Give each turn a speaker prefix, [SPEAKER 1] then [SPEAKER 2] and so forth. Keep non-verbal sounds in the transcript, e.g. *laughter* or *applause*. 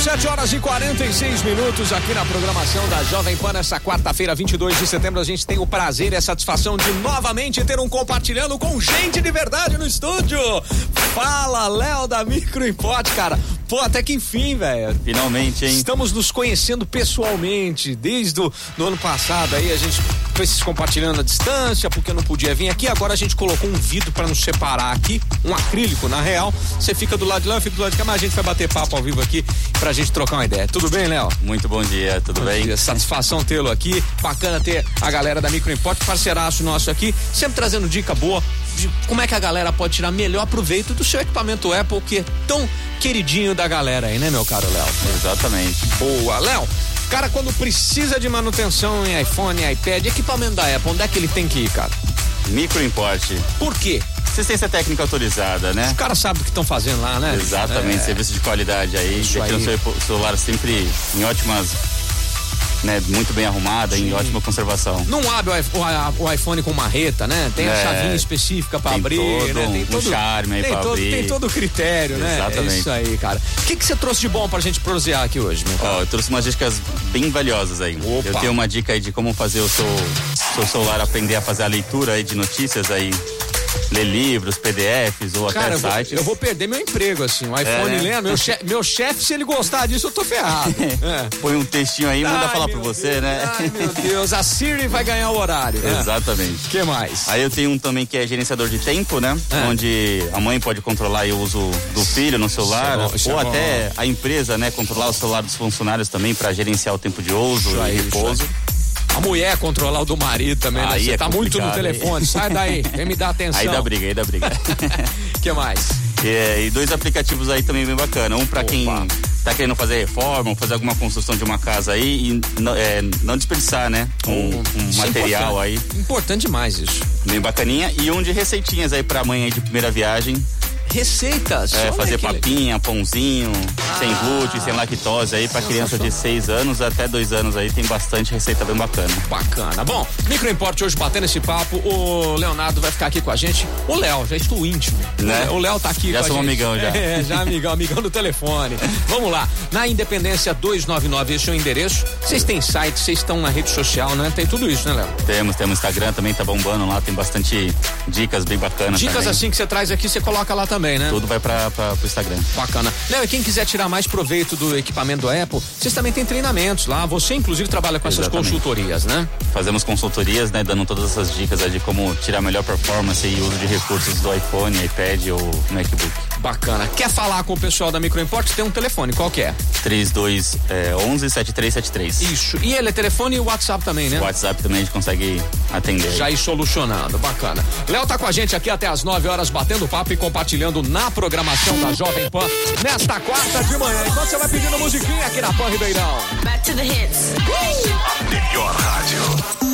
[SPEAKER 1] 7 horas e 46 minutos aqui na programação da Jovem Pan. Essa quarta-feira, 22 de setembro, a gente tem o prazer e a satisfação de novamente ter um compartilhando com gente de verdade no estúdio. Fala, Léo da Micro e Pot, cara. Pô, até que enfim, velho.
[SPEAKER 2] Finalmente, hein?
[SPEAKER 1] Estamos nos conhecendo pessoalmente desde o do ano passado. Aí a gente foi se compartilhando à distância porque eu não podia vir aqui. Agora a gente colocou um vidro para nos separar aqui, um acrílico na real. Você fica do lado de lá, eu fico do lado de cá, mas a gente vai bater papo ao vivo aqui pra gente trocar uma ideia. Tudo bem, Léo?
[SPEAKER 2] Muito bom dia, tudo bem?
[SPEAKER 1] Dia. Satisfação tê-lo aqui. Bacana ter a galera da Micro Import, parceiraço nosso aqui, sempre trazendo dica boa de como é que a galera pode tirar melhor proveito do seu equipamento Apple, que é tão queridinho da galera aí, né, meu caro Léo?
[SPEAKER 2] Exatamente.
[SPEAKER 1] Boa, Léo. Cara, quando precisa de manutenção em iPhone, iPad, equipamento da Apple, onde é que ele tem que ir, cara?
[SPEAKER 2] Micro Importe.
[SPEAKER 1] Por quê?
[SPEAKER 2] Assistência técnica autorizada, né?
[SPEAKER 1] Os caras sabem o que estão fazendo lá, né?
[SPEAKER 2] Exatamente, serviço de qualidade aí.
[SPEAKER 1] Isso
[SPEAKER 2] Você tira
[SPEAKER 1] aí.
[SPEAKER 2] o seu celular sempre em ótimas, né? Muito bem arrumada, em ótima conservação.
[SPEAKER 1] Não abre o i- o, a- o iPhone com marreta, né? Tem a
[SPEAKER 2] É.
[SPEAKER 1] chavinha específica pra
[SPEAKER 2] Tem
[SPEAKER 1] abrir,
[SPEAKER 2] todo
[SPEAKER 1] né?
[SPEAKER 2] um charme aí
[SPEAKER 1] tem
[SPEAKER 2] pra
[SPEAKER 1] todo,
[SPEAKER 2] abrir.
[SPEAKER 1] Tem todo o critério, né? É
[SPEAKER 2] Exatamente.
[SPEAKER 1] isso aí, cara. O que que você trouxe de bom pra gente prosear aqui hoje, meu cara?
[SPEAKER 2] Ó, eu trouxe umas dicas bem valiosas aí.
[SPEAKER 1] Opa.
[SPEAKER 2] Eu tenho uma dica aí de como fazer o seu, seu celular aprender a fazer a leitura aí de notícias aí. Ler livros, PDFs ou
[SPEAKER 1] Cara,
[SPEAKER 2] até
[SPEAKER 1] eu vou,
[SPEAKER 2] sites.
[SPEAKER 1] eu vou perder meu emprego, assim. O iPhone
[SPEAKER 2] né?
[SPEAKER 1] lendo, meu, che- meu chefe, se ele gostar disso, eu tô
[SPEAKER 2] *laughs*
[SPEAKER 1] ferrado. É.
[SPEAKER 2] Põe um textinho aí e manda
[SPEAKER 1] Ai,
[SPEAKER 2] falar pra
[SPEAKER 1] meu
[SPEAKER 2] você,
[SPEAKER 1] Deus,
[SPEAKER 2] né?
[SPEAKER 1] Ai, meu Deus, a Siri vai ganhar o horário. né?
[SPEAKER 2] *laughs* Exatamente.
[SPEAKER 1] que mais?
[SPEAKER 2] Aí eu tenho um também que é gerenciador de tempo, né?
[SPEAKER 1] É.
[SPEAKER 2] Onde a mãe pode controlar aí o uso do filho no celular,
[SPEAKER 1] Isso é bom, isso
[SPEAKER 2] ou
[SPEAKER 1] é bom.
[SPEAKER 2] até a empresa, né, controlar o celular dos funcionários também pra gerenciar o tempo de uso
[SPEAKER 1] Isso
[SPEAKER 2] e
[SPEAKER 1] aí, isso
[SPEAKER 2] repouso.
[SPEAKER 1] A mulher controlar o do marido também, né?
[SPEAKER 2] Aí
[SPEAKER 1] Você
[SPEAKER 2] é
[SPEAKER 1] tá muito no
[SPEAKER 2] complicado, hein?
[SPEAKER 1] telefone. Sai daí, vem me dar atenção.
[SPEAKER 2] Aí dá briga, aí dá
[SPEAKER 1] *laughs*
[SPEAKER 2] briga.
[SPEAKER 1] que mais?
[SPEAKER 2] É, e dois aplicativos aí também bem bacana. Um pra quem
[SPEAKER 1] Opa.
[SPEAKER 2] tá querendo fazer reforma, ou fazer alguma construção de uma casa aí e não, é, não desperdiçar, né? Um, um
[SPEAKER 1] Isso é
[SPEAKER 2] material aí
[SPEAKER 1] importante. Importante demais isso.
[SPEAKER 2] bem bacaninha. E um de receitinhas aí pra mãe aí de primeira viagem.
[SPEAKER 1] Receitas.
[SPEAKER 2] É,
[SPEAKER 1] olha
[SPEAKER 2] fazer
[SPEAKER 1] que Ah. legal.
[SPEAKER 2] papinha, pãozinho, sem glúten, sem lactose aí pra criança de 6 anos até 2 anos aí tem bastante receita bem bacana.
[SPEAKER 1] Bacana. Bom, microimporte hoje batendo esse papo. O Leonardo vai ficar aqui com a gente. O Léo, já estou íntimo.
[SPEAKER 2] Né?
[SPEAKER 1] O Léo tá aqui
[SPEAKER 2] Já
[SPEAKER 1] com a
[SPEAKER 2] sou um
[SPEAKER 1] gente.
[SPEAKER 2] amigão, já.
[SPEAKER 1] É, já amigão, amigão do
[SPEAKER 2] *laughs*
[SPEAKER 1] telefone. Vamos lá. Na Independência 299, esse é o endereço. Vocês têm site, vocês estão na rede social, né? Tem tudo isso, né, Léo?
[SPEAKER 2] Temos, temos Instagram também, tá bombando lá, tem bastante dicas bem bacanas.
[SPEAKER 1] Dicas
[SPEAKER 2] também.
[SPEAKER 1] assim que você traz aqui, você coloca lá também, né?
[SPEAKER 2] Tudo vai pra, pra, pro Instagram.
[SPEAKER 1] Bacana. Léo, e quem quiser tirar mais proveito do equipamento do Apple, vocês também têm treinamentos lá. Você, inclusive, trabalha com essas
[SPEAKER 2] Exatamente.
[SPEAKER 1] consultorias, né?
[SPEAKER 2] Fazemos consultorias, né? Dando todas essas dicas aí de como tirar a melhor performance e uso de recursos do iPhone, iPad ou MacBook.
[SPEAKER 1] Bacana. Quer falar com o pessoal da Microimport? Tem um telefone, qual que é?
[SPEAKER 2] 32 é, 11 7373.
[SPEAKER 1] Isso. E ele é telefone e WhatsApp também, né?
[SPEAKER 2] O WhatsApp também a gente consegue atender.
[SPEAKER 1] Já ir solucionando, bacana. Léo tá com a gente aqui até as 9 horas, batendo papo e compartilhando na programação da Jovem Pan nesta quarta de manhã. Enquanto você vai pedindo musiquinha aqui na Pan Ribeirão.
[SPEAKER 3] Back to the hits.
[SPEAKER 4] Melhor rádio.